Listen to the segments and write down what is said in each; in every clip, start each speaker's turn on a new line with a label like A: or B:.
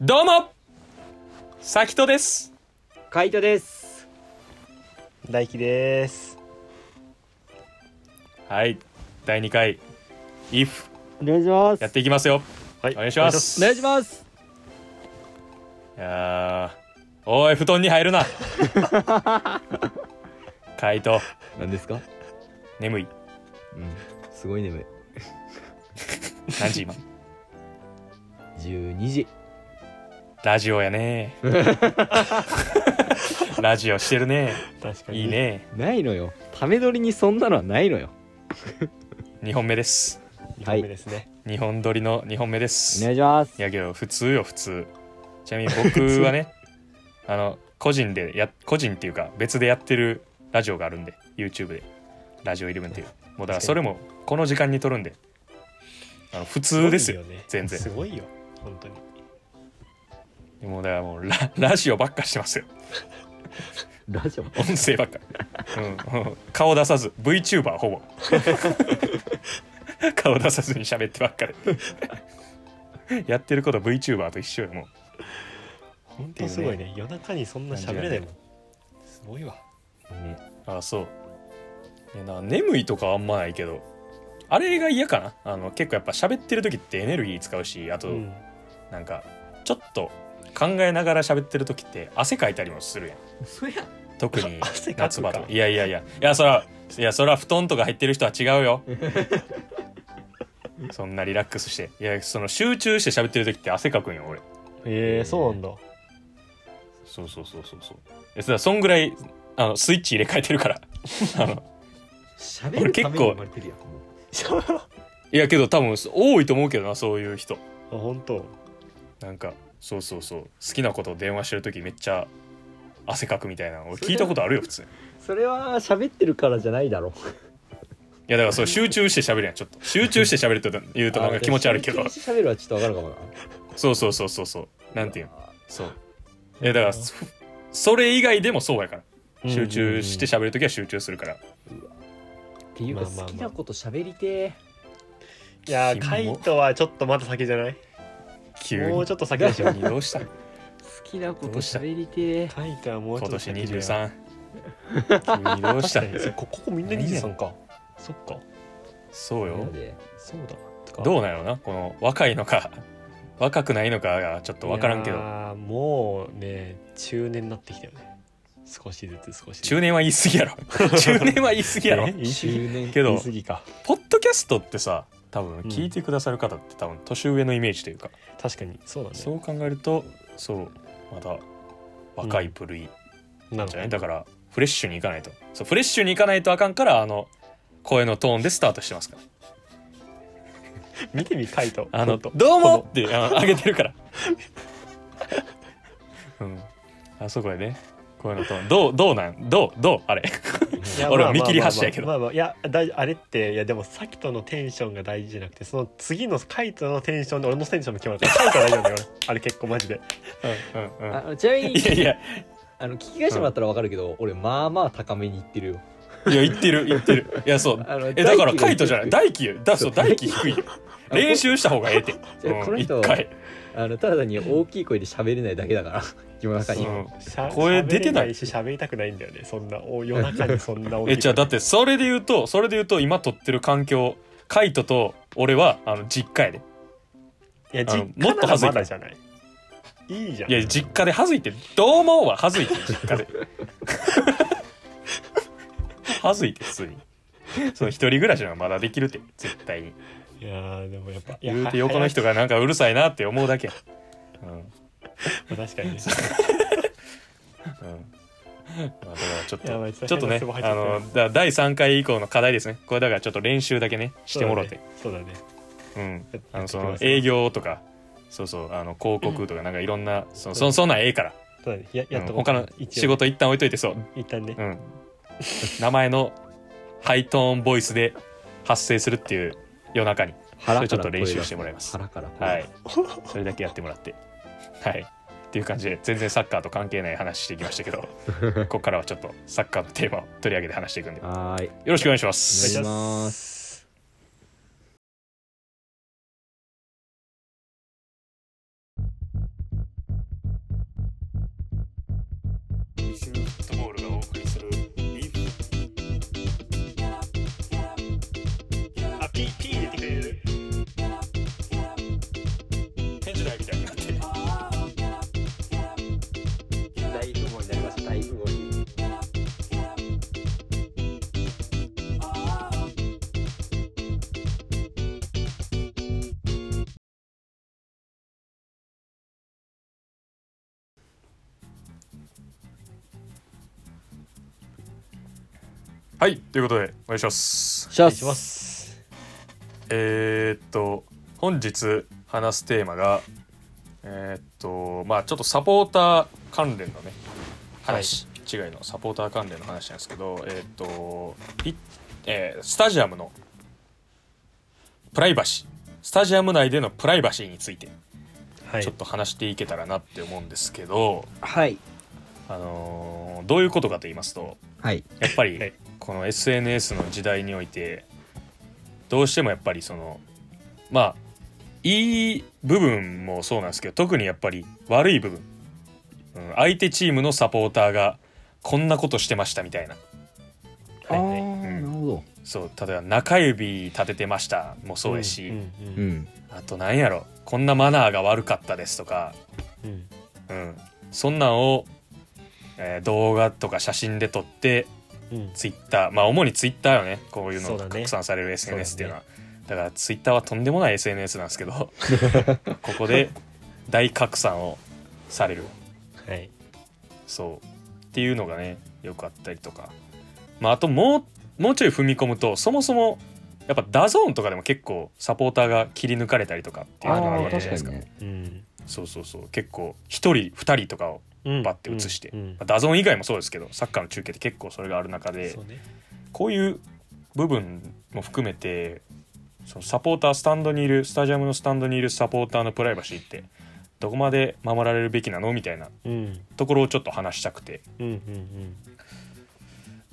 A: どうもさきとです
B: カイトです。
C: 大輝です。
A: はい第2回 IF
B: お願いします。
A: やっていきますよ
C: は
A: お願いします
B: お願いします。
A: いやーおい布団に入るなカイト
C: 何ですか？
A: 眠い
C: うん。すごい眠い。
A: 何時今
C: 十二時。
A: ラジオやねラジオしてるね
C: 確か
A: いい。ね
B: ないのよ。ため撮りにそんなのはないのよ。
A: 2本目です
C: 二
B: はい
C: 本目ですね。
A: 2本撮りの2本目です
B: お願いします
A: い。やけど普通よ普通ち なみに僕はねあの個人でや個人っていうか別でやってるラジオがあるんで YouTube でラジオイレブンっていうもうだからそれもこの時間に撮るんであの普通ですよ
C: ごいね
A: 全然
C: すごいよ。本当に。
A: もうだからもうララジオばっかして ますよ
B: ラジオ。
A: 音声ばっか、うんうん、顔出さず VTuber ほ ぼ顔出さずに喋ってばっかでやってること VTuber と一緒よもう
C: 本当すごいね。夜中にそんな喋れないもん。すごいわ。
A: あそういやな眠いとかはあんまないけどあれが嫌かなあの結構やっぱ喋ってる時ってエネルギー使うしあと、
C: うん。
A: なんかちょっと考えながら喋ってる時って汗かいたりもするやん
B: そや。
A: 特 に
C: 汗か
A: 夏
C: くか
A: 場といやいやいやいやそらいやそら布団とか入ってる人は違う よそんなリラックスしていやその集中して喋ってる時って汗かくんよ俺
C: ええー、そうなんだ。
A: そうそうそうそうそうえそらそんぐらいあのスイッチ入れ替えてるからあの
B: 喋るために生まれてるやん。も
A: いやけど多分多いと思うけどなそういう人
C: あ本当。
A: なんかそうそうそう好きなことを電話してる時めっちゃ汗かくみたいなの俺聞いたことあるよ普通にいう
B: それは喋ってるからじゃないだろう。
A: やだからそう集中して喋るやんちょっと集中して喋ると言うとなんか気持ち悪いけ ど
B: 集中して喋るはちょっとわかるかもな。
A: そうそうそうそうそうなんていうのそういやだからそそれ以外でもそうやから集中して喋る時は集中するから
B: っていうか
C: まあまあま
B: 好
C: あ
B: きなこと喋りて
C: いやー、カイトはちょっとまだ先じゃない。
A: 急
C: もう
A: に
C: ちょっと先でしょ
A: 急。に どうした
B: ー。好きなこと喋りてー。
C: カイトはもうち
A: 今
C: ょっと
A: 年
C: 先だよ。
A: 23急にどうした
C: そうこここみんな二十三か。そっか。
A: そう
B: な
A: よ
B: ので
C: そうだ。
A: ど
C: う
A: うなのなこの若いのか若くないのかがちょっと分からんけど
C: もうね、中年になってきたよね。少しずつ少しずつ。
A: 中年は言い過ぎ やろ中年は言い過ぎやろ
C: え言い過ぎ
B: 中年
A: けど
C: 言い過ぎか。
A: ポッドキャストってさ多分聞いてくださる方って多分年上のイメージというか、
C: 確かにそうだね
A: そう考えるとそうまだ若い部類
C: なの
A: じゃない、だからフレッシュにいかないとそうフレッシュにいかないとあかんからあの声のトーンでスタートしてますから
C: 見てみカイト
A: あの「
C: ちょっと
A: どうも!」
C: こ
A: ってあの上げてるからうんあそこでね声のトーンどうどうなんどうどうあれ
C: のいや
A: 俺
C: まあ
A: 見切り発車やけど
C: まあまあまあまあまあいや大あれっていやでもさきとのテンションが大事じゃなくてその次のカイトのテンションで俺のテンションも決まるカイトは大丈夫だよ俺あれ結構マジで
A: うんうんうん
B: あちなみに
A: いやいや
B: あの聞き返してもらったらわかるけど、俺まあまあ高めにいってるよ。
A: いや言ってる言ってるいやそう
B: あの
A: えだからカイトじゃない大輝よだそう
B: そう
A: 大輝低いよ
B: あ
A: 練習した方がええって
B: じゃあこ
A: う
B: の
A: ん一、
B: 人
A: 回
B: あのただに大きい声で喋れないだけだから 夜中に
A: う。ん
C: しゃ
A: 声出てない
C: 喋れし喋りたくないんだよねそんなお夜中にそんな大きい
A: えじゃあだってそれで言うとそれで言うと今撮ってる環境カイトと俺はあの実家やで
C: いや
A: あの
C: 実家
A: もっ
C: な
A: と
C: ら
A: 恥ずい
C: まだじゃないいいじゃん
A: いや実家ではずいて「どうも」ははずいて実家で はずいて普通にその一人暮らしはまだできるって絶対に
C: いやーでもやっぱいや
A: 言うて横の人がなんかうるさいなって思うだけ、うん
C: は 確かにね
A: うんまあ、だからちょっ
C: やば
A: と
C: い
A: ちょっとね
C: 変な壺入っちゃ
A: あ
C: ったよ
A: のだ第3回以降の課題ですねこれだからちょっと練習だけねしてもろうて
C: そうだね
A: う,、
C: そうだね
A: んあ
C: や
A: の
C: って
A: そ
C: き
A: の
C: ます
A: 営業とかそうそうあの広告とかなんかいろんなそそそんなんええから、
C: そうだねややっ
A: うん
C: とこう
A: 他の
C: 一応
A: 仕事一旦置いといてそう
C: 一旦ね
A: うん、名前のハイトーンボイスで発生するっていう夜中に
B: 腹
A: それちょっと練習してもらいます
B: 腹から声が
A: はいそれだけやってもらってはいっていう感じで全然サッカーと関係ない話してきました けどここからはちょっとサッカーのテーマを取り上げて話していくんでよ
B: はーい。
A: ろしくお願いしま
C: お願い
A: す
C: し
B: お願いし
C: ま
B: ます
A: はいということでお願いします
B: シャ
C: 願
B: ー
C: いし
B: ス
C: ます
A: えー、っと本日話すテーマがえー、っとまあちょっとサポーター関連のね話、違いのサポーター関連の話なんですけどえー、っとピッえースタジアムのプライバシースタジアム内でのプライバシーについて
C: はい
A: ちょっと話していけたらなって思うんですけど、
B: はい
A: あのーどういうことかと言いますと
B: はい
A: やっぱ
C: は
A: り
C: い
A: この SNS の時代においてどうしてもやっぱりそのまあいい部分もそうなんですけど特にやっぱり悪い部分、うん相手チームのサポーターがこんなことしてましたみたいな
B: あ
C: はいはい
A: うん
B: ーなるほど
A: そう例えば中指立ててましたもそうですし、
C: んう
B: うんん
A: あとなんやろこんなマナーが悪かったですとか、
C: うん
A: うん、そんなんを、えー動画とか写真で撮って
C: うん
A: ツイッターまあ主にツイッターよねこういう
C: そ
A: の
C: うだ
A: が
C: ね
A: 拡散される SNS っていうのはだ,、からツイッターはとんでもない SNS なんですけどここで大拡散をされる
C: はい
A: そうっていうのがねよくあったりとかまああともうもうちょい踏み込むとそもそもやっぱダゾーンとかでも結構サポーターが切り抜かれたりとかっていうのがあるわけじゃないですか
B: あー確かにね
C: うん
A: そうそうそう結構一人二人とかを
C: うん
A: バッて映して、
C: うんうん
A: まあダゾーン以外もそうですけどサッカーの中継って結構それがある中で
C: そうね
A: こういう部分も含めてそのサポータースタンドにいるスタジアムのスタンドにいるサポーターのプライバシーってどこまで守られるべきなのみたいな
C: うん
A: ところをちょっと話したくて
C: うんうん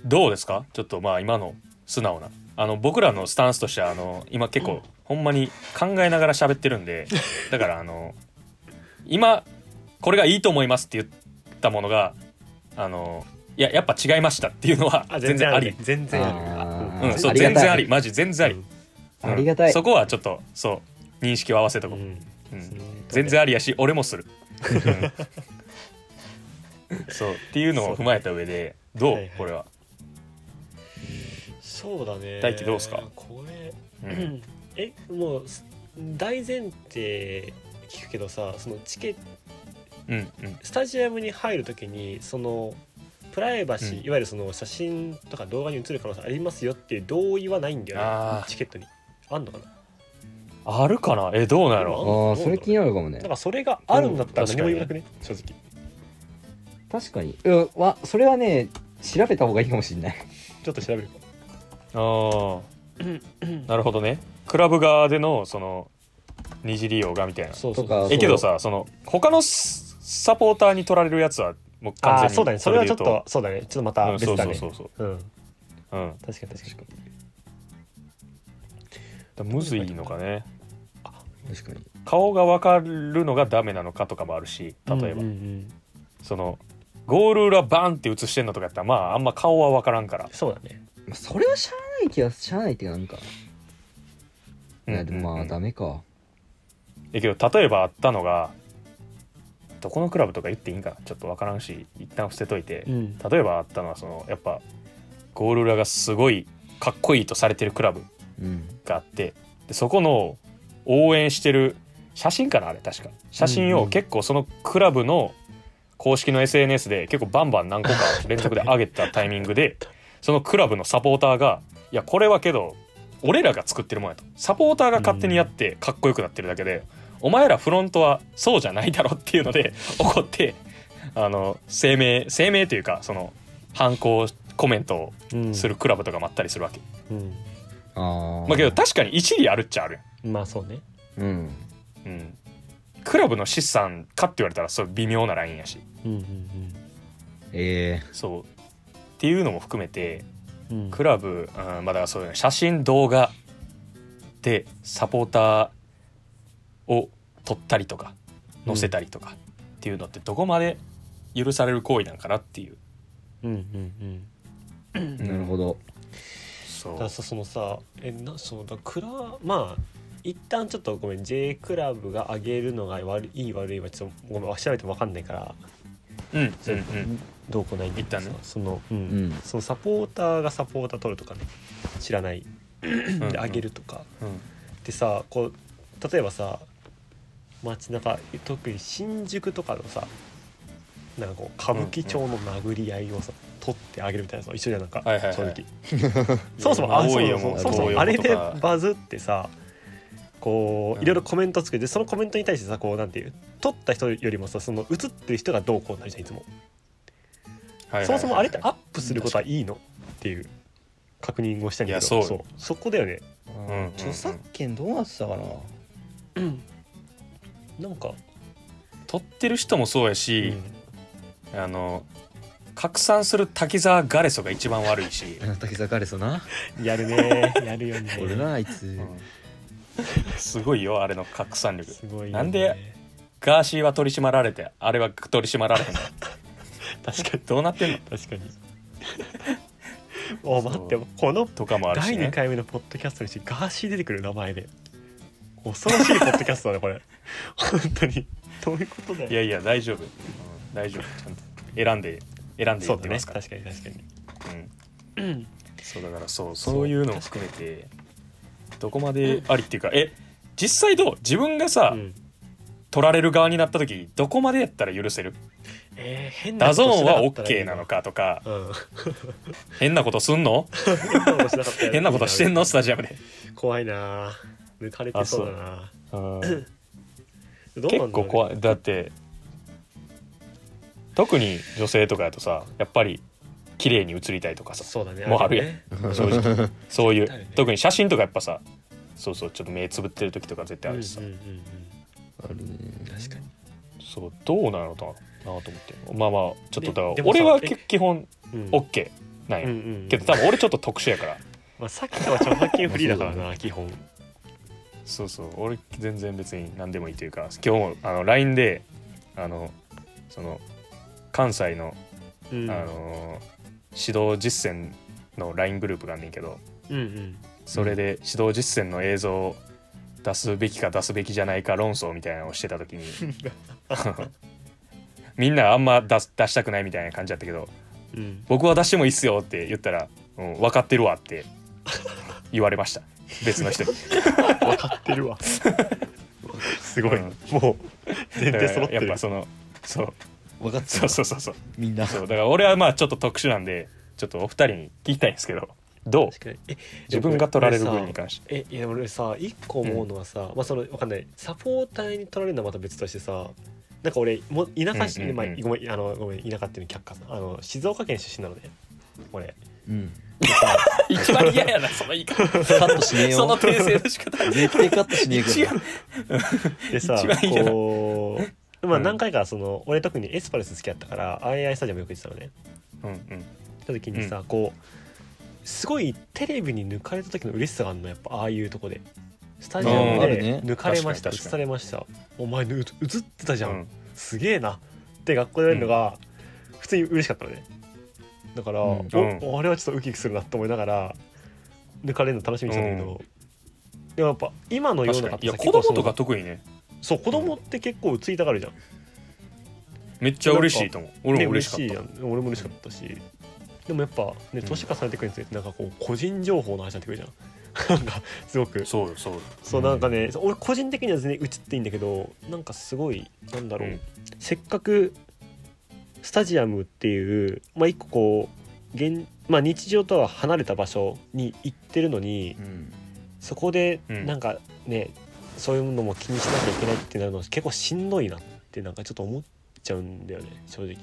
A: どうですかちょっとまあ今の素直なあの僕らのスタンスとしてはあの今結構ほんまに考えながら喋ってるんでだからあの今これがいいと思いますって言ったものがあのいややっぱ違いましたっていうのは
C: あ
A: 全然
C: 全然
A: あ
C: あ
A: り
C: り。全然
B: あ
C: あ
A: う
C: り
B: ー
A: ん、そう
B: ありがた
A: 全
B: い
A: 然ありマジ全然あり、うん
B: ありがたい
A: そこはちょっとそう認識を合わせとこう、
C: ん
A: うん
C: うん
A: 全然ありやし俺も するうんそうっていうのを踏まえた上でどう、
C: はいはい
A: これは
C: そうだね
A: 大輝どうっすか
C: これ
A: う
C: うんんえもうす大前提聞くけどさそのチケ
A: うんうん
C: スタジアムに入るときにそのプライバシー、
A: うん
C: いわゆるその写真とか動画に映る可能性ありますよっていう同意はないんだよ
A: あ
C: ね
A: ー
C: チケットにあんのかな
A: あるかなえどうなんや
C: あ
B: あ
A: ろ
B: ーそれ気になるかもね
C: だからそれがあるんだったら何も言わなくね、正直
B: 確かにうんわそれはね調べた方がいいかもしれない
C: ちょっと調べる
A: ああなるほどねクラブ側でのその二次利用がみたいな
C: そうそ
B: と
C: う
B: か
A: えけどさその他のスサポーターに取られるやつはもう完全
C: ああ
A: に
C: そうだねそれはちょっ
A: で言う
C: とそうだねちょっとま
A: う
C: た
A: ん
C: 別だね、うん、
A: そうそうそうそううん
C: 確かに確かに
A: だからむずいのかね
B: 確かに
A: 顔が分かるのがダメなのかとかもあるし例えば、
C: うんうんうん
A: そのゴール裏バンって映してんのとかやったらまああんま顔は分からんから、
C: そうだね
B: まあそれはしゃあない気がしゃあないっていうかなんかいやでも
A: うん
B: ま
A: う
B: あ
A: ん
B: ダメか
A: えけど例えばあったのがどこのクラブとか言っていいんかなちょっと分からんし一旦伏せといて、
C: うん
A: 例えばあったのはそのやっぱゴール裏がすごいかっこいいとされてるクラブ
B: うん
A: があってでそこの応援してる写真かなあれ確か写真
C: うん
A: を
C: うん
A: 結構そのクラブの公式の SNS で結構バンバン何個か連続で上げたタイミング でそのクラブのサポーターが「いやこれはけど俺らが作ってるもんや」とサポーターが勝手にやってかっこよくなってるだけで、お前らフロントはそうじゃないだろっていうので 怒ってあの声明声明というかその反抗コメント
C: うん
A: をするクラブとかもあったりするわけ、
C: うん
B: ああ
A: まあけど確かに一理あるっちゃあるやん
C: まあそうね
B: うん
A: うん、クラブの資産かって言われたらそう微妙なラインやし
C: うん
B: え
A: そうっていうのも含めて
C: うんうん
A: クラブ、うんまあだからそういうの写真動画でサポーターを撮ったりとか載せたりとかっていうのってどこまで許される行為なんかなっていう、
C: うんうんうん
B: えなるほど
A: そ
C: だから
A: う
C: さそのさえなそのだクラまあ一旦ちょっとごめん J クラブが上げるのが悪いいい悪いはちょっとごめん調べても分かんないから
A: うんうん
C: それどうこうないんだけどさ
A: 一旦ね
C: そのうん、
B: うん
C: そのサポーターがサポーター取るとかね知らない
A: うんうん
C: で上げるとか、
A: うん
C: でさこう例えばさ街中特に新宿とかのさなんかこう歌舞伎町の殴り合いをさ、取ってあげるみたいなさ一緒じゃんなんか、
A: はいはいはい
C: 正 直そもそもあ
A: 多
C: そう
A: いよ
C: そう
A: もう
C: そう
A: 東
C: そう
A: 洋
C: あれ
A: と
C: で
A: か
C: バズってさこ
A: うん
C: ういろいろコメントつけてそのコメントに対してさこうなんていう撮った人よりもさその映ってる人がどうこうなるじゃんいつも
A: はいはいはい
C: そもそもあれってアップすることはいいのっていう確認をしたいんだけ
A: い
C: ど
A: やそう
C: そうそこだよね
A: んうんうん
B: 著作権どうなってたかな
C: なんか、
A: 撮ってる人もそうや
C: う
A: し、
C: ん
A: あの拡散する滝沢ガレソが一番悪い し、
B: あの滝沢カレソな
C: やるねやるよね
B: 俺なあいつ
A: うんすごいよあれの拡散力
C: すごいよね
A: なんでガーシーは取り締まられてあれは取り締まられへんの
C: 確かに
A: どうなってんの
C: 確かに お待ってこの
A: とかもある
C: 第
A: し、
C: 2
A: ね、
C: 回目のポッドキャストにしてガーシー出てくる名前で恐ろしいポッドキャストだねこれ 本当にどういうことだよ
A: いやいや大丈夫、うん大丈夫ちゃんと選んで選んで言
C: そ
A: っ
C: うだ
A: て
C: ね
A: ますか
C: 確
A: ら
C: かに確かに
A: うん
C: うん
A: そうだからそうそういうのも含めてどこまでありっていうかえ実際どう自分がさ、
C: うん
A: 取られる側になった時どこまでやったら許せる
C: えー、変な
A: ダ
C: こ
A: ゾ
C: と
A: ーンは
C: しかったらい
A: OK
C: い
A: なのかとか
C: うん
A: 変なことすんの
C: 変なことしなかったらいい
A: 変なことしてんのスタジアムで
C: 怖いな抜かれてそうだな
A: 結
C: どうなんだろうね、
A: 構怖いだって特に女性とかやとさやっぱり綺麗に写りたいとかさ
C: そうだね
A: もうあるやん
C: れね
A: 正直そういう、
C: 絶対あるね
A: 特に写真とかやっぱさそうそうちょっと目つぶってる時とか絶対
C: うんう
A: あ
C: んうん
A: るしさ、
C: うん
B: あるね
C: 確かに
A: そうどうなのかなと思ってまあまあちょっとだから
C: ででもさ
A: 俺は
C: え
A: 基基本
C: うん、
A: OK なんよ、
C: うんうんうん
A: けど多分俺ちょっと特殊やから
C: まあ、さっきとは著作権フリーだからな基本
A: そうそう俺全然別に何でもいいというか今日もあの LINE であのその関西の,、
C: うん
A: あの指導実践の LINE グループがあんねんけど
C: うんうん
A: それで指導実践の映像を出すべきか出すべきじゃないか論争みたいなのをしてた 時にみんなあんま出す出したくないみたいな感じだったけど
C: うん
A: 僕は出してもいいっすよって言ったら、うん、分かってるわって言われました別の人 に。
C: 分かってるわ すごい、
A: うん
C: もう全
A: だ
C: 然揃
A: から
C: って
A: やっ
C: る
A: ぱそのそう
B: 分かった
A: そうそうそうそう
B: みんな
A: そうだから俺はまあちょっと特殊なんでちょっとお二人に聞きたいんですけどどう
C: 確かにえ
A: 自分が取られる分に関して
C: えいや俺さ一個思うのはさ、まあそのわかんないサポーターに取られるのはまた別としてさなんか俺も田舎市、
A: うんうんうん
C: まあ、ごめんあのごめん田舎っていうの却下あの静岡県出身なので俺
B: うん
C: でさ
A: 一番嫌やなその言い 方
B: カットしねえよ
A: その訂正の仕方
B: 絶対カットしねえか
A: 一
B: ら
A: 番
C: で さ
A: 一番嫌だ
C: こうまあ
A: うん
C: 何回かその俺特にエスパルス好きだったから II スタジアムよく行ってたのね
A: うんうん
C: 行った時にさ、こうすごいテレビに抜かれた時の嬉しさがあるのやっぱああいうとこでスタジアム
A: うんあ
B: るね
C: で抜かれました、映
A: 確かに確かに
C: されましたお前の映ってたじ
A: う
C: ゃん、
A: ん
C: すげえなって学校でやるのが普通に嬉しかったのねだから、
B: うん
A: うん
C: おあれはちょっとウキウキするなと思いながら抜かれるの楽しみにしたんだけど、でもやっぱ今の世
A: 確
C: の中
A: か
C: っ
A: にい
C: て
A: や
C: さ
A: 子
C: 結
A: 供
C: 構
A: とか特にね
C: そう子供って結構ついたがるじゃん、
A: めっちゃ嬉しいと思う俺
C: ね
A: も嬉しか
C: い
A: っ
C: じゃん俺も嬉しかったしでもやっぱね年化されてくるにつれてなんかこう個人情報の話になってくるじゃん なんかすごく
A: たそうよそうよ
C: そうなんかね、俺個人的には全然映っていいんだけどなんかすごいなんだろう、
A: うん
C: せっかくスタジアムっていうまあ一個こう現、まあ、日常とは離れた場所に行ってるのに
B: うん
C: そこで
A: うん
C: なんかね、そういうのも気にしなきゃいけないってなるの結構しんどいなってなんかちょっと思っちゃうんだよね正直、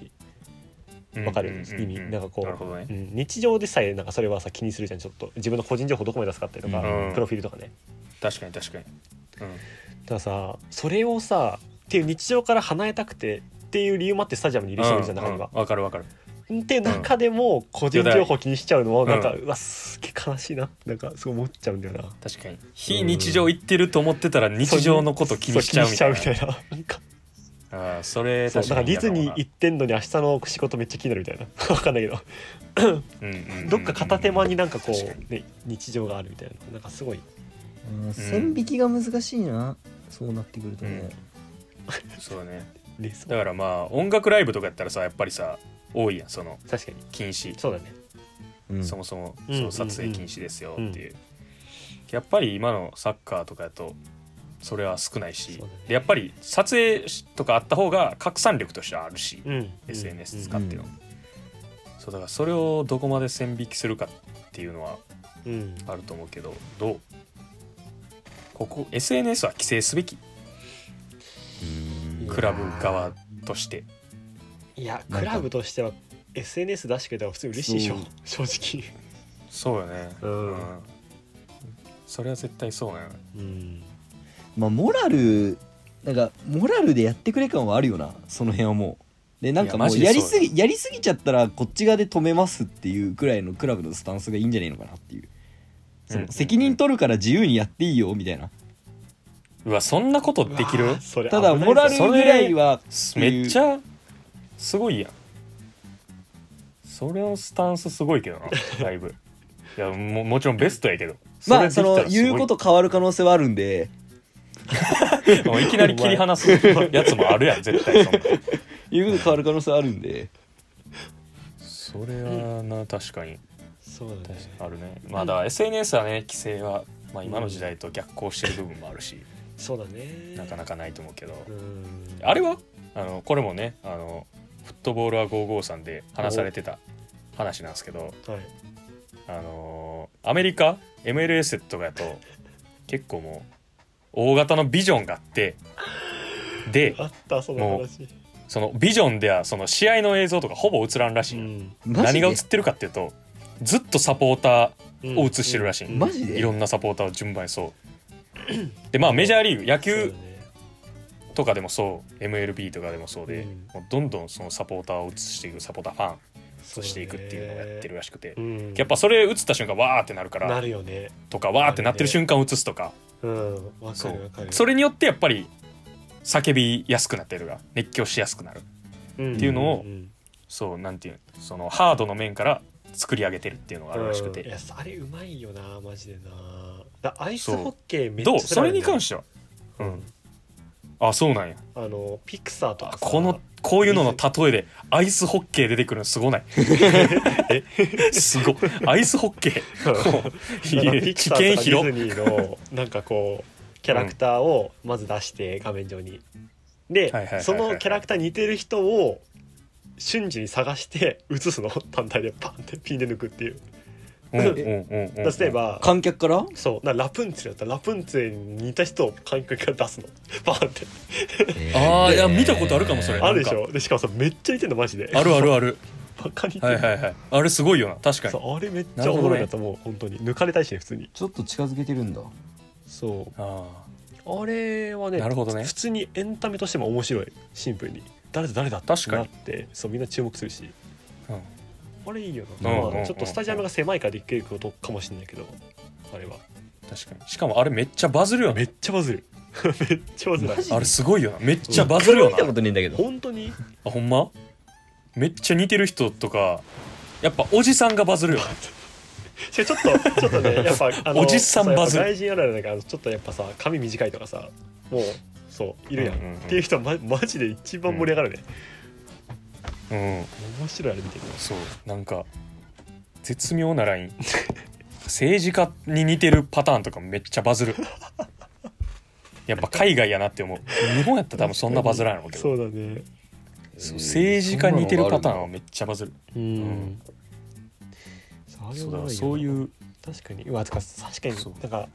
A: うん
C: わかる
A: うんうんうん
C: 意味なんかこう
A: なるほどね
C: うん、日常でさえなんかそれはさ気にするじゃんちょっと自分の個人情報どこまで出すかってとか、
A: うん
C: プロフィールとかね
A: 確かに確かに
C: たださそれをさっていう日常から離れたくてっていう理由もあってスタジアムにいる人いるじゃん中には
A: う。んわかるわかる
C: っていう中でも個人情報気にしちゃうのは
A: うん
C: なんか、うわすっげえ悲しいななんかそう思っちゃうんだよな。
A: 確かに非日常行ってると思ってたら日常のこと気にしちゃうみたい
C: そ気に
A: な
C: しちゃうみたいななんか
A: あーそれ
C: そう
A: 確
C: だ
A: か
C: か
A: らに
C: ディズニー
A: 嫌
C: 行ってんのに明日の仕事めっちゃ気になるみたいな わかんないけど
A: だもんなうんうんうんうん
C: どっか片手間になんかこ
A: 確かに
C: う、ね、日常があるみたいななんかすごい
B: うん線引きが難しいなそうなってくるとね
A: そうね
C: 理想
A: だからまあ音楽ライブとかやったらさやっぱりさ多いやんその
C: 確かに
A: 禁止、
C: そうだね
B: うん
A: そもそも
C: うん
A: その撮影禁止ですよっていう、やっぱり今のサッカーとかやとそれは少ないし、
C: そうだね
A: でやっぱり撮影とかあった方が拡散力としてはあるし、
C: うん
A: SNS
B: う
A: 使
B: ん
A: っての、そうだからそれをどこまで線引きするかっていうのは
C: うんうん
A: あると思うけどどうここ SNS は規制すべき
B: うん
A: クラブ側として
C: いや
B: なんか
C: クラブとしては SNS 出してくれたら普通に嬉しいでしょ正
A: そうよね
C: うん
A: それは絶対そうやね
C: 直うん
D: まあモラルなんかモラルでやってくれ感はあるよなその辺はもうでなん
A: いや
D: かも
A: マジ
D: う
A: で
D: やりす
A: そう
D: ぎやりすぎちゃったらこっち側で止めますっていうくらいのクラブのスタンスがいいんじゃないのかなっていうそ
A: うん
D: の責任取るから自由にやっていいよみたいな
A: うわそんなことでき
C: う
A: る
C: わそれ
D: ただ
C: 危ない
D: モラル
A: それ
D: ぐらいは
A: めっちゃすごいやんそれのスタンスすごいけど なだいぶいやももちろんベストやけど
D: まあ
A: れできた
D: そ
A: ら
D: の
A: すごい
D: 言うこと変わる可能性はあるんで
A: もういきなり切り離すやつもあるやん絶対 そんな
D: 言うこと変わる可能性はあるんで
A: それはな確かに
C: そうだね
A: あるねまあだから SNS はね規制は、まあ、今の時代と逆行してる部分もあるし、
C: そうだね
A: なかなかないと思うけど、
C: うん
A: あれはあのこれもねあの「フットボールは55」さんで話されてた話なんですけど
C: はい
A: あのーアメリカ MLS とかやと結構もう大型のビジョンがあってで
C: あったその話
A: そのビジョンではその試合の映像とかほぼ映らんらしい、
C: ん
D: マジで
A: 何が映ってるかっていうとずっとサポーターを映してるらしい、
C: うん
D: マジで
A: いろんなサポーターを順番にそうでまあメジャーリーグ野球とかでもそう MLB とかでもそうで、
C: うん
A: もうどんどんそのサポーターを移していくサポーターファン
C: そ
A: としていくっていうのをやってるらしくて、
C: うだねうん
A: やっぱそれ移った瞬間わーってなるか
C: な
A: ら
C: るよね
A: とかわーってなってる瞬間を移すとか
C: うんわ
A: そ
C: かる
A: う
C: わかる
A: それによってやっぱり叫びやすくなったりとか熱狂しやすくなる
C: うん
A: っていうのを
C: んん
A: そうなんていうそのハードの面から作り上げてるっていうのがあるらしく
C: うんい
A: て、
C: やあれうまいよなマジでなだアイスホッケーめっちゃ
A: どうそれに関
C: し
A: してはうんあそうなんや
C: てあのピクサーと
A: あ
C: かさ
A: このこういうのの例えでアイスホッケー出てくるのすごない すごいアイスホッケ ーも
C: なんか
A: う
C: ピク
A: 危
C: サ
A: 険
C: ーとかディ
A: 広
C: ズニーのなんかこうキャラクターをまず出して画面上にで
A: はいはいはいはい
C: そのキャラクターに似てる人を瞬時に探して映すの単体でパンってピンで抜くっていう
A: うんうんうんうん
C: だから例えば
D: 観客から
C: そうなラプンツェルだったらラプンツェルに似た人を観客から出すのパンって
A: あーいや見たことあるかもそれ
C: あるでしょでしかもさめっちゃ似てんのマジで
A: あるあるある
C: バカに似て
A: はい
C: る
A: はいはいあれすごいよな確かに
C: そうあれめっちゃおもろいなと思う、本当に抜かれたいしね普通に
D: ちょっと近づけてるんだ
C: そう
A: あ
C: あれは
A: あ
C: ね
A: なるほどね
C: 普通にエンタメとしても面白いシンプルに誰だ誰だって
A: 確かに
C: なってそうみんな注目するし
A: うん
C: あれいいよ
A: うん
C: な、
A: うんうん
C: ま
A: う
C: あ、
A: ん
C: ちょっとスタジアムが狭いからできることかもしれないけどあれは
A: 確かにしかもあれめっちゃバズるよ
C: め
A: ね
C: っちゃバズる めっちゃバズる
D: マジ
A: あれすごいよなめっちゃバズるよ
D: 見
A: な
D: たことねえんだけど
C: 本当に
A: あほんまめっちゃ似てる人とかやっぱおじさんがバズるよね
C: しかもちょっとちょっとねやっぱ あ
A: おじさん
C: そうやっぱ
A: バズる
C: 外人あるあるだからちょっとやっぱさ髪短いとかさもうそういるやん,、
A: うんうんうん
C: っていう人はまマジで一番盛り上がるね、
A: うん
C: 面白いあれ見てる
A: そうなんか絶妙なライン政治家に似てるパターンとかめっちゃバズるやっぱ海外やなって思う日本やったら多分そんなバズらんやろうけど
C: そうだね
A: そう政治家に似てるパターンはめっちゃバズる
C: うん
A: ん、
C: そ
A: そうう
C: だ
A: だ
C: な
A: そういう
C: 確かにうわつか確かに
A: そう
C: なんかだか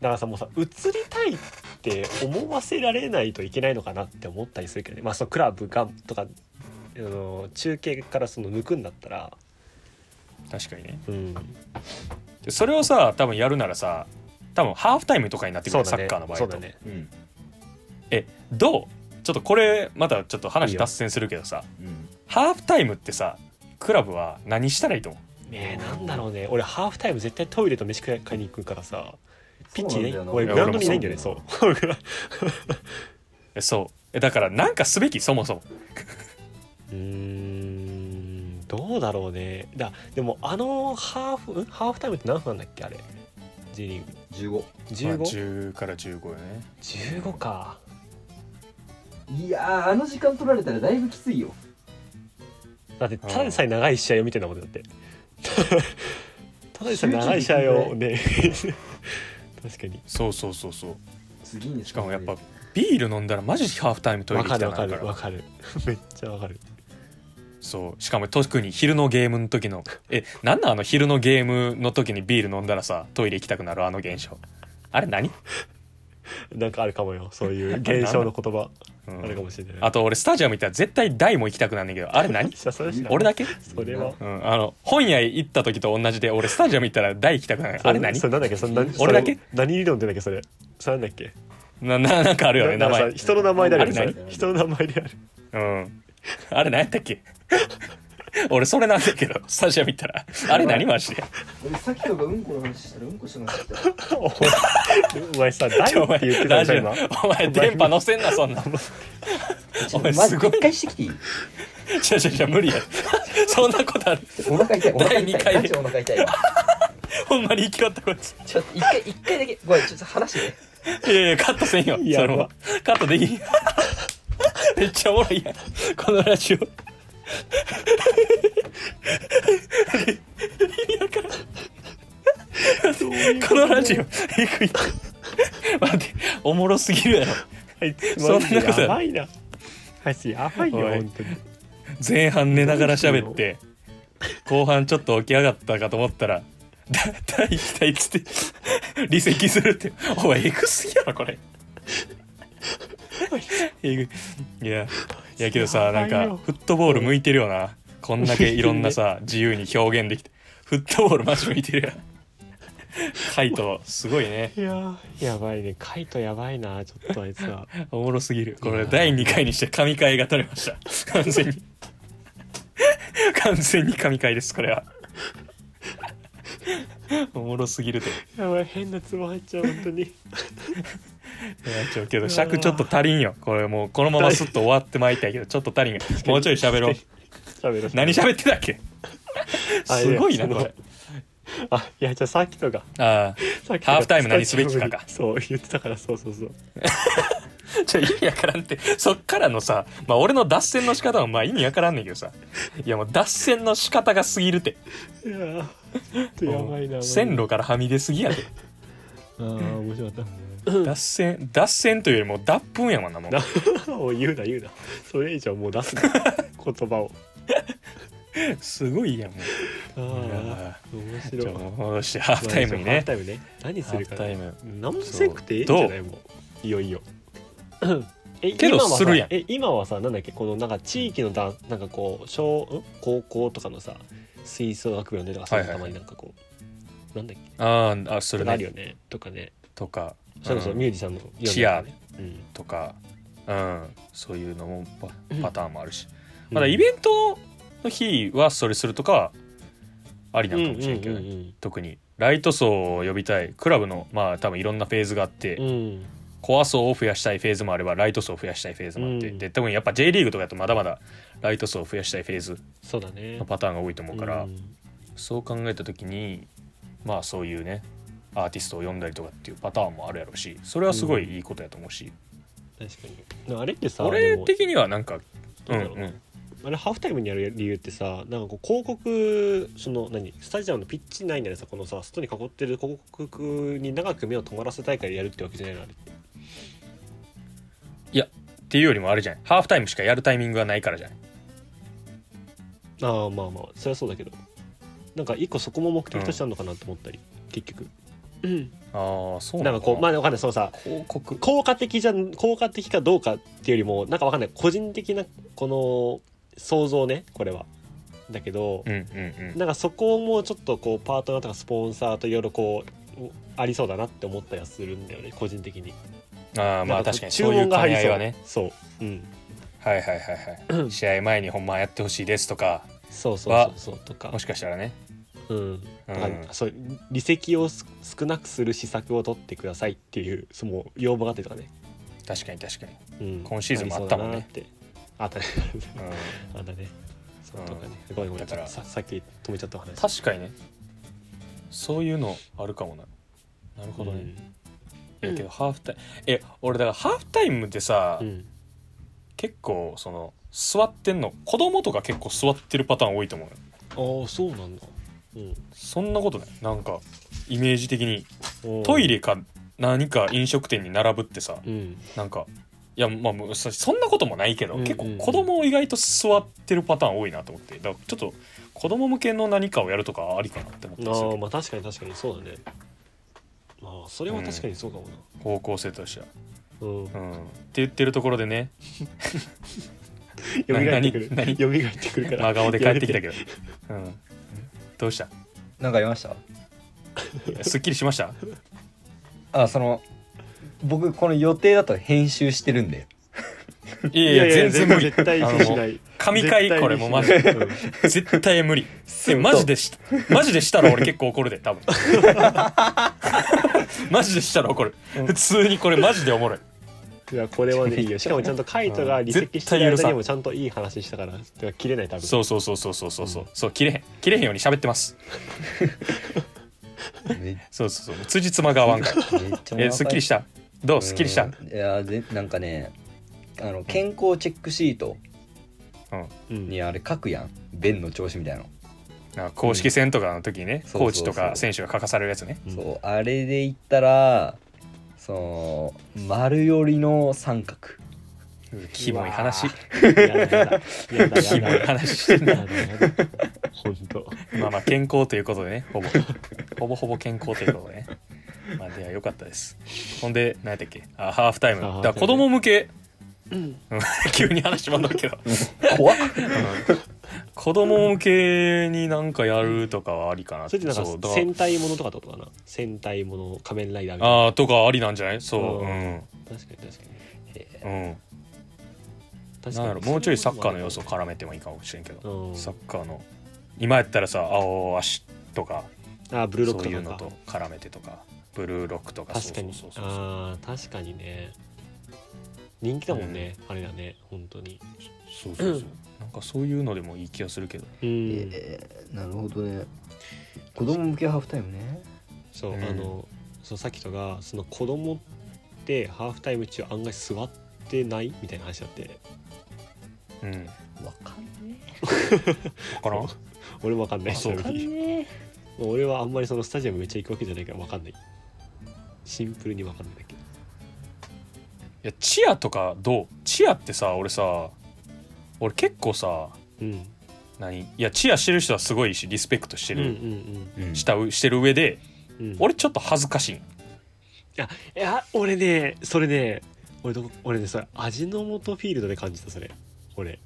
C: らさもうさ映りたいって思わせられないといけないのかなって思ったりするけどねまあそのクラブがとかあの中継からその抜くんだったら
A: 確かにね
C: うん
A: でそれをさ多分やるならさ多分ハーフタイムとかになってく
C: そう
A: る
C: だ
A: サ
C: ね
A: ッカーの場合
C: そ
A: だ
C: う
A: と
C: だね
D: うん
A: えどうちょっとこれまたちょっと
C: いい
A: 話
C: よ
A: 脱線するけどさ
D: うん
A: ハーフタイムってさクラブは何したらいいと思う
C: ねえなんだろうね俺ハーフタイム絶対トイレと飯食い買いに行くからさピッチね
B: そうなんだよな
C: 俺グラウンドにいないんだよね
B: い
C: そ
B: や
C: う
A: えそうえだからなんかすべきそもそも
C: うーんどうだろうねだでもあのハーフんハーフタイムって何分なんだっけあれ J リーグ
B: 15
C: 15?、
A: まあ10から15よね
C: 15か
B: いやーあの時間取られたらだいぶきついよ
C: だってただでさえ長い試合を見てんだもんだってただでさえ長い試合をね 確かに
A: そうそうそうそう
D: 次に
A: しかもやっぱビール飲んだらマジハーフタイムトイレ
C: わ
A: 行きた
C: か
A: くな
C: る
A: る
C: わか
A: か
C: る
A: ら
C: わかるめっちゃわかる
A: そうしかも特に昼のゲームの時のえなんなんあの昼のゲームの時にビール飲んだらさトイレ行きたくなるあの現象あれ何、
C: なんかあるかもよそういう現象の言葉
A: う
C: あるか
A: ん、
C: もしれない
A: あと俺スタジアム行ったら絶対大も行きたくなんねんけどあれ 何
C: いやそれは知らん
A: 俺だけ
C: それは
A: うん、あの本屋行った時と同じで俺スタジアム行ったら大行きたくなるあれ何
C: それなんだっけそれ何
A: 俺だけ
C: それ何理論って言うんだっけそれそれなんだっけ
A: なななんかあるよね名
C: ななん
A: 前
C: かさ人の名前であるよ
A: あれ
C: ねそれ
B: 何
C: 人の名前である
A: うんあれ何やったっけ 俺それなんだけどスタジアム行ったらあれ何マジで
B: 俺さっきとかうんこの話したらうんこしなかった
C: お前さ「大」
A: お
C: っ
A: 前
C: て言ってた
A: ラ
C: じ
A: ジ
C: ゃん
A: オ
C: 今
A: お前電波乗せんなそんなお前
B: マ
A: す
B: ジ
A: ご
B: で
A: い
B: 一回してきていい
A: じゃじゃじゃ無理やそんなことある
B: お腹痛いお腹
A: 第二
B: 痛い
A: 回で
B: マジお腹痛い
A: ほんまに生きよったこいつ
B: ちょっと一回一回だけごめんちょっと話して
A: いやいやカットせんよそ
C: いや
A: れもカットできんめっちゃおもろいやんこのラジオいやからこのラジオえぐい待っておもろすぎるやろ
C: あいつ
A: そん
C: マ
A: な
C: ジで
A: こと
C: やばいなあいつやばいよ
A: おい
C: 本当に
A: 前半寝ながら喋って後半ちょっと起き上がったかと思ったら「だ大行きたい」っつって離席するっておいエグすぎやろこれえぐいいやいやけどさなん
C: やばい
A: か
C: よ
A: フットボール向いてるよなこんだけいろんなさ自由に表現できてフットボールマジ向いてるやんカイトすごいね
C: いやーやばいねカイトやばいなちょっとあいつは
A: おもろすぎるこれ第2回にして神回が取れました 完全に完全に神回ですこれは おもろすぎるで
C: やばい変なツボ入っちゃう本当に
A: いやちょけど尺ちょっと足りんよこれもうこのまますっと終わってまいりたいけどちょっと足りんよもうちょい喋ろう
C: 喋ろう
A: 何喋ってたっけ
C: あ
A: すごい
C: や
A: なこれ
C: そのあいやじゃあさっきとか
A: ああ
C: さっきとか
A: ハーフタイム何すべきかか
C: そう言ってたからそうそうそう
A: じゃ意味わからんってそっからのさまあ俺の脱線の仕方もまあ意味わからんねんけどさいやもう脱線の仕方がすぎるて
C: いやーちょっとやばいな
A: 線路からはみ出すぎやで
C: ああ面白か っ
A: 脱線脱線というよりも脱粉やもんなもう
C: たおい言うな言うなそれ以上もう 出すな言葉を
A: すごいやんもう
C: ああ
A: や
C: 面白い
A: じゃあもう戻して ハーフタイムに
C: ハー
A: ね
C: フタイムね何するか
A: ハーフ
C: 何もせんくていいんじゃないもうい よいよえ
A: けど
C: 今はさ
A: するやん
C: え今はさなんだっけこのなんか地域のだなんかこう小ん高校とかのさ吹奏楽部のねとか
A: はい
C: さ
A: はい
C: たまになんかこうなんだっけ
A: あーあそれ
C: とかある
A: ね
C: よねとかね
A: とか
C: それこそ
A: うん
C: ミュージシャンの
A: チア
C: うん
A: とかうんそういうのもパパターンもあるし
C: うん
A: まだイベントの日はそれするとかはありなのかもしれんけど
C: うん
A: ね
C: うん
A: 特にライト層を呼びたいクラブのまあ多分いろんなフェーズがあって、
C: うんうん
A: コア層を増やしたいフェーズもあればライト層を増やしたいフェーズもあって、
C: うん
A: で多分やっぱ J リーグとかだとまだまだライト層を増やしたいフェーズ
C: そうだね
A: のパターンが多いと思うから、
C: うん
A: そう考えた時にまあそういうねアーティストを呼んだりとかっていうパターンもあるやろうしそれはすごいいいことやと思うし、
C: 確かにでもあれってさで
A: 俺
C: も
A: 的にはなんかう
C: ど
A: ん
C: う
A: う
C: だろうんあれハーフタイムにやる理由ってさなんかこう広告その何スタジアムのピッチ内にあるさこのさ外に囲ってる広告に長く目を止まらせたいからやるってわけじゃないのあれって
A: っていうよりもあれじゃないハーフタイムしかやるタイミングがないからじゃない
C: ああまあまあそりゃそうだけどなんか一個そこも目的としてあるのかなと思ったり、結局
A: ああそうな
C: な
A: んの
C: か
A: か
C: こ
A: な
C: うまあわかんないそのさ
A: 広告
C: 効果的じゃん効果的かどうかっていうよりもなんかわかんない個人的なこの想像ねこれはだけど、
A: うんうんうん
C: なんかそこもちょっとこうパートナーとかスポンサーといろいろこううありそうだなって思ったりはするんだよね個人的に
A: ああま
C: な
A: あ
C: んこう
A: 確かに
C: 注
A: そういう
C: 文
A: 兼
C: が入
A: ね
C: り
A: 合い
C: そ
A: うはね
C: そううん
A: はいはいはい はい試合前にほんまはやってほしいですとか
C: そうそうそうそうとか
A: もしかしたらね
C: うん
A: う
C: だ
A: ん
C: からそう利席をす少なくする施策を取ってくださいっていうその要望があってとかね、
A: 確かに確かに、
C: うん、
A: 今シーズンもあったもんね
C: ありそうだなってあったね
A: うん
C: あったねそうとかねごめんごめん
A: だから
C: ささっき止めちゃった話
A: 確かにねそういうのあるかもななるほどね、いやけどハーフタイムえ俺だからハーフタイムでさ、
C: うんうん
A: 結構その座ってんの子供とか結構座ってるパターン多いと思うよ
C: ああそうなんだ、うん
A: そんなことないなんかイメージ的に
C: おー、
A: トイレか何か飲食店に並ぶってさ
C: うん
A: なんかいやまあもうそそんなこともないけど、
C: うんうん
A: 結構子供意外と座ってるパターン多いなと思ってだからちょっと子供向けの何かをやるとかありかなって思った
C: あ
A: りするけど
C: ーまあ確かに確かにそうだねまあそれは確かにそうかもな
A: 方向性としては、
C: うん、
A: うん。って言ってるところでね
C: 蘇ってく
A: 何
C: る蘇ってくるから
A: 真顔で帰ってき たけど、うん、どうした
B: なんかありました
A: すっきりしました
B: あその僕この予定だと編集してるんで
A: い
C: い
A: や
C: や
A: い
C: い
A: や全
C: や
A: 然無理
C: 絶対にし
A: あの
C: な
A: も
C: い
A: 神回これもうマジ
C: 絶対
A: で
C: にしない
A: 絶対無理えマジでしマジでしたら俺結構怒るで多分 マジでしたら怒る普通にこれマジでおもろい
C: うんいやこれはねいいよしかもちゃんとカイトが離席して
A: 絶対
C: る
A: 許さん
C: 間にもちゃんといい話したからてか切れない多分
A: そうそうそうそうそうそうそうそう切れへん切れへんように喋ってます
B: め
A: そうそうそう辻褄が合わんから
B: めっちゃ
A: えすっきりしたどうすっきりした
B: うんいやぜなんかねあの健康チェックシート
C: うん
B: にあれ書くやん便の調子みたいなの、
A: なんか公式戦とかの時にね、
B: そう
A: コー
B: そうそ
A: チ
B: う
A: とか選手が書かされるやつね。
C: うん
B: そうあれで言ったらその丸寄りの三角
A: キモい話
C: うわ。ーやだやだやだ
A: キモい
C: やだ
A: 話してんな。
C: やだやだ本当
A: まあまあ健康ということでね、ほぼ。ほぼほぼ健康ということでね。まあでは良かったです。ほんで、何やったっけあ、ハーフタイム。
C: あ
A: だ
C: ハ
A: か
C: ーフタイム
A: ら子供向け。うん急に話戻るけど。
B: 怖っ
A: 子供向けになんかやるとかはありかな。
C: それでなんか
A: そうだから
C: 戦隊ものとかってことかな戦隊もの仮面ライダーみたいな
A: ああ、とかありなんじゃないそう。う。
C: うん確かに確かに
A: うん。
C: 確
A: なん
C: か
A: やろ
C: に
A: もうちょいサッカーの要素絡めてもいいかもしれんけど。
C: うん
A: サッカーの。今やったらさ、青足とか。
C: あーブルーロック
A: そう
C: と
A: い
C: か
A: う
C: か
A: のと絡めてとかブルーロックとか
C: 確かに
A: そうそうそうそう
C: ああ確かにね人気だもんね、あれだね本当に
A: そうそうそうなんかそういうのでもいい気がするけど
C: うん、
D: なるほどね子供向けハーフタイムね
C: そう、
A: うん
C: あのそうさっきとがその子供ってハーフタイム中案外座ってないみたいな話だって
A: うん
D: わかんね
A: 分からん
C: そ俺もわかんない
A: そう
C: ちな
D: わか
C: みに
D: んね
C: 俺はあんまりそのスタジアムめっちゃ行くわけじゃないからわかんないシンプルにわかんないだけ
A: いやチアとかどうチアってさ俺さ俺結構さ
C: うん
A: 何いやチアしてる人はすごいしリスペクトして
C: うんう
A: る、
C: ん
B: うん
A: したうしてる上で
C: うんうん
A: 俺ちょっと恥ずかしいん
C: いや俺ねそれね俺どこ俺ねそれ味の素フィールドで感じたそれ俺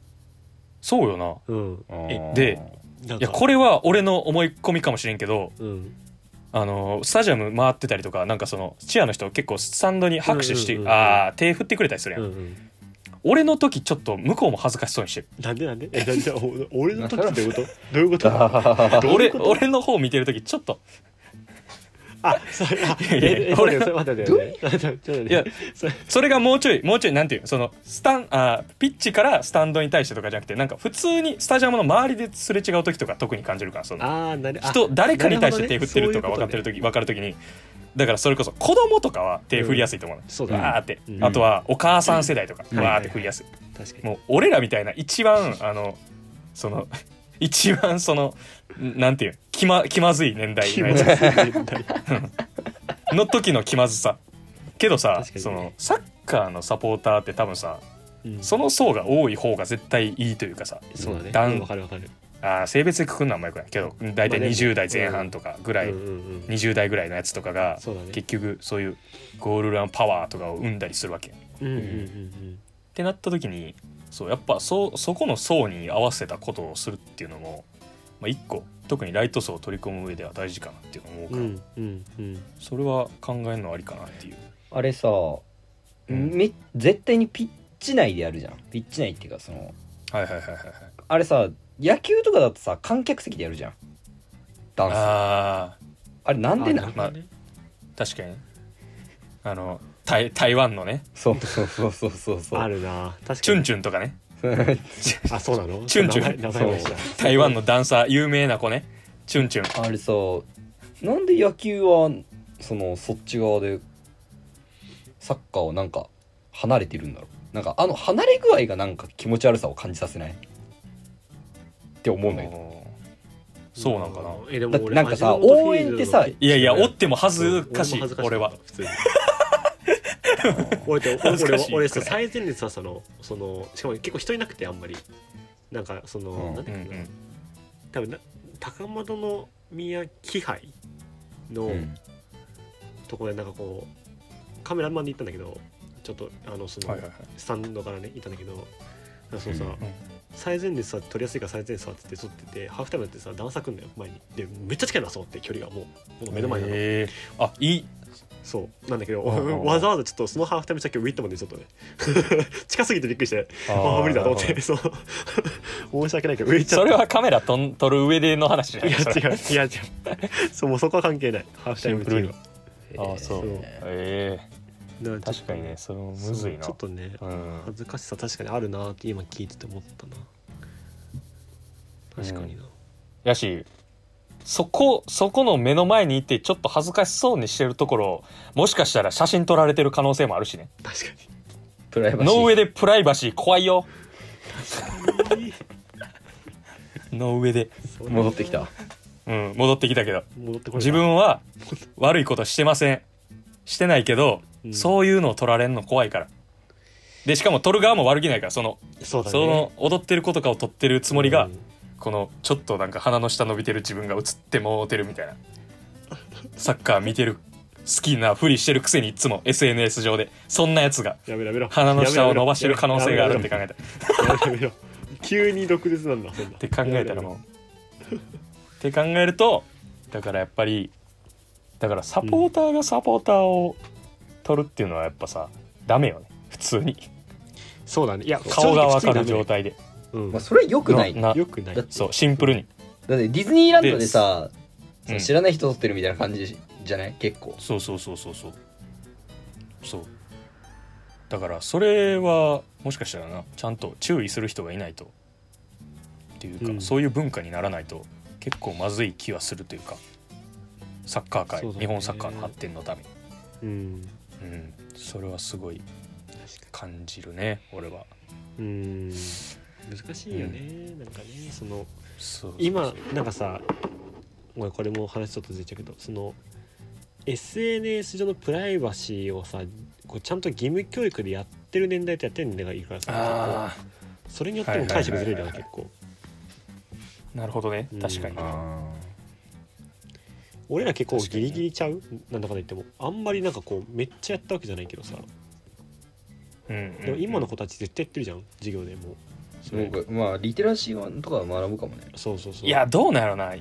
A: そうよな
C: うん
A: えで
C: なんか
A: いやこれは俺の思い込みかもしれんけど
C: うん
A: あのスタジアム回ってたりとかなんかそのチアの人結構スタンドに拍手して、
C: うんうんうんうん
A: ああ手振ってくれたりするや
C: うん
A: ん、
C: うん
A: 俺の時ちょっと向こうも恥ずかしそうにしてる
C: なんでなん でえなんでお俺の時ってどういうことどういうこと どうい
A: 俺
C: うこと
A: 俺の方見てる時ちょっと
C: あ、それ、あ、
A: いやいや
C: え、え、
A: 俺
C: 俺、それ、待って、待って、待って、ちょっと待って、
A: いや
C: それ、
A: それがもうちょいもうちょいなんていうのそのスタンあーピッチからスタンドに対してとかじゃなくてなんか普通にスタジアムの周りですれ違う時とか特に感じるからその
C: あー、なる、あ
A: 人誰かに対して手振ってるとか
C: な
A: 分か
C: るほどね
A: ってる時分かる時にだからそれこそ子供とかは手振りやすいと思うの、
C: そうだね
A: わーって、
C: うん
A: あとはお母さん世代とか、
D: うん
A: わーって振りやすい、
C: 確かに。
A: もう俺らみたいな一番あのその 一番そのなんていう気ま気まずい 年代のやつの時の気まずさけどさ、
C: 確かにね
A: そのサッカーのサポーターって多分さ
C: うん
A: その層が多い方が絶対いいというかさ
C: そうだね。
A: 男
C: うんわかるわかる。
A: あー性別でくくんのはあんまよくないけど大
C: まあ
A: 体
C: でも
A: 20代前半とかぐらい、
C: うんうんうん。
A: 20代ぐらいのやつとかが、
C: そうだね。
A: 結局そういうゴールランパワーとかを生んだりするわけ。っ
C: うんうんうん
A: てなった時にそうやっぱそそこの層に合わせたことをするっていうのも、まあ、一個特にライト層を取り込む上では大事かなっていうのを思う
C: う
A: から、
C: ん。うんうん
A: それは考えるのはありかなっていう。
B: あれさ、
A: ん
B: め絶対にピッチ内でやるじゃんピッチ内っていうかその
A: はいはいはいはいはい。
B: あれさ野球とかだとさ観客席でやるじゃんダンスあ
A: ああ
B: れなんでな
C: あ
B: ん
C: るほどね
A: 確かにあの台台湾のね
B: そうそうそうそうそうそう
C: あるな。確かに。
A: チュンチュンとかね
C: あ、そうなの
A: チュンチュン
C: 名前名前忘れた
A: 台湾のダンサー有名な子ねチュンチュン
B: あれさなんで野球はそのそっち側でサッカーをなんか離れてるんだろうなんかあの離れ具合がなんか気持ち悪さを感じさせないって思うんだけど
A: おーそうなんかな
C: え、
B: だ
C: でも
B: って
C: 俺
B: なんかさ
C: 味の素フィールド
B: 応援ってさ
C: の
A: いやいやおっても恥ずかしい
C: 俺も恥ず
A: 俺は
C: 普通に。俺って俺
A: 恥ずかしい
C: 俺俺
A: くらい
C: 最前列はそのそのしかも結構人いなくてあんまりなんかその、
B: うん
C: な
A: う
C: んだ
A: ん
C: っ
A: う
C: けな、
A: ん
C: 多分な高円宮気配の
B: うん
C: ところでなんかこうカメラマンで行ったんだけどちょっとあのその、
A: はいはいはい
C: スタンドからね行ったんだけどなんかそのさ、
B: うんうん
C: 最前列座って取りやすいから最前列座ってて撮っててハーフタイムやってさ段差組んだよ前にでめっちゃ近いなと思って距離がもうもう目の前なの、
A: へえあいい
C: そうなんだけど、
A: うんうんうん
C: わざわざちょっとそのハーフタイム先ウィットまでちょっとね 近すぎてびっくりして
A: あ
C: ああ
A: ー
C: 無理だと思っ
A: なる
C: て
A: ほ
C: そう 申し訳ないけど上行っちゃ
A: どそ
C: っ
A: れはカメラとん撮る上での話じゃ
C: た
A: ない
C: いや
A: それ
C: 違ういや違うそうもうそこは関係ないハーフタイム中
A: シンプルにあそうえ
C: だ
A: え
C: らちょっと
A: 確かにねそれもむずいな
C: そうちょっとね
A: うん
C: 恥ずかしさ確かにあるなって今聞いてて思ったな確かにな、
A: やしそこそこの目の前にいてちょっと恥ずかしそうにしてるところもしかしたら写真撮られてる可能性もあるしね
C: 確か
B: プライバシー
A: の上でプライバシー怖いよ
C: に
A: の上で
C: それは
B: 戻ってきた
A: うん戻ってきたけど
C: 戻ってこれた
A: 自分は悪いことしてませんしてないけど、
C: うん
A: そういうのを撮られるの怖いからでしかも撮る側も悪気ないからその
C: そうだね
A: その踊ってる子とかを撮ってるつもりが、
C: うん
A: このちょっとなんか鼻の下伸びてる自分が映ってもうてるみたいなサッカー見てる好きなふりしてるくせにいつも SNS 上でそんなやつが
C: やめろやめろ
A: 鼻の下を伸ばしてる可能性があるって考えたっ
C: やめろやめろやめろ 急に毒舌なんだそんなって
A: 考えたらもうって考えるとだからやっぱりだからサポーターがサポーターを取るっていうのはやっぱさダメよね普通に
C: そうだねいや
A: 顔が分かる
C: 正直
A: 状態で
C: 普通にダメ
B: まあ、それはよくない
A: なな
C: うんよくない
B: だって
A: そうシンプルに
B: だってディズニーランドでさ
A: でうん
B: 知らない人撮ってるみたいな感じじゃない結構
A: そうそうそうそうそうそうだからそれはもしかしたらなちゃんと注意する人がいないとっていうか、
C: うん
A: そういう文化にならないと結構まずい気はするというかサッカー界、
C: そうだ
A: 日
C: ね
A: 本サッカーの発展のため
C: うん
A: に、うん、それはすごい感じるね俺は
C: うん難しいよねなんかねその
A: そう
C: 今なんかさごめんこれも話ちょっとずれちゃうけどその SNS 上のプライバシーをさこうちゃんと義務教育でやってる年代とやってる年代がいるからさ
A: あ
C: 結構それによっても解釈ずれるよ
A: はいはい
C: 結構
A: あなるほどね
C: うん
A: 確かに、
C: 俺ら結構
A: 確か
C: ギ
A: にね
C: リギリちゃうなんだかんだ言ってもあんまりなんかこうめっちゃやったわけじゃないけどさ
A: うん
C: でも今の子たち絶対やってるじゃん授業でもうそれ
B: 僕まあリテラシーとかは学ぶかもね
C: そうそうそう
A: いやどうなんやろな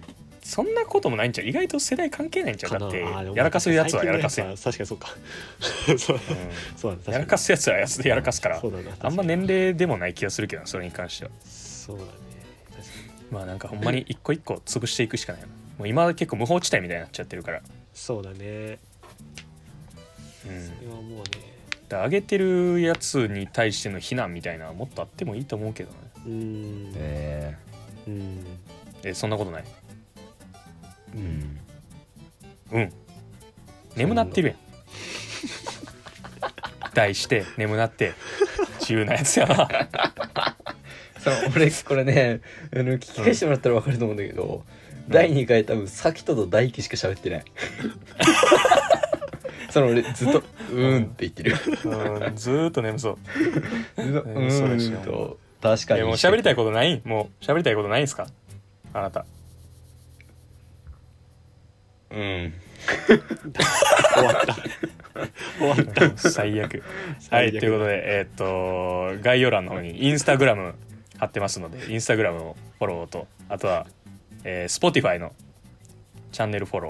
A: そんなこともないんちゃう意外と世代関係ないんちゃう
C: か
A: だ
C: な
A: って
C: あーでも
A: やらかすやつはやらかすやん、う
C: 最近のやつは確かにそうか そうそうだね確
A: んやらかすやつはやつでやらかすから
C: そうだな確か
A: あ
C: に
A: んま年齢でもない気がするけどなそれに関しては
C: そうだね確かに
A: まあなんかほんまに一個一個潰していくしかないよもう今は結構無法地帯みたいになっちゃってるから
C: そうだね
A: うん
C: それはもうね
A: だから上げてるやつに対しての非難みたいなのはもっとあってもいいと思うけどね
C: うーん、
B: え
C: うん
A: えそんなことない
B: えうん
A: うん眠な ってるやん題して眠なって自由なやつやな
B: そう俺これねあの聞き返してもらったら分かると思うんだけど、第2回多分さきとと大輝しか喋ってないその俺ずっと「うーん」って言ってるずっ
A: うんずーっと眠そう
B: と「う
A: うんそうですよ
B: ーん」と確か
A: い
B: に
A: やもう喋りたいことないもう喋りたいことないんすかあなた
B: うん
C: 終わった終わった
A: 最悪は
C: 最
A: い
C: 悪
A: ということでえーっと概要欄の方にインスタグラム貼ってますのでインスタグラムのフォローとあとは、えー、Spotify のチャンネルフォロ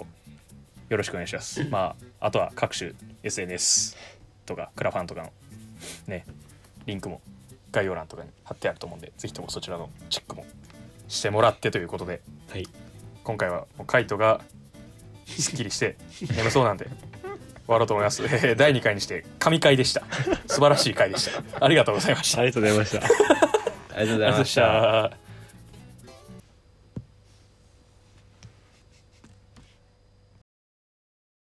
A: ーよろしくお願いしますまああとは各種 SNS とかクラファンとかのねリンクも概要欄とかに貼ってあると思うんでぜひともそちらのチェックもしてもらってということで
C: はい
A: 今回はもうカイトがすっきりして眠そうなんで終わろうと思います。えー第2回にして神回でした。素晴らしい回でした。ありがとうございました。
C: ありがとうございました
B: ありがとうご
A: あ
B: ざいました
A: た。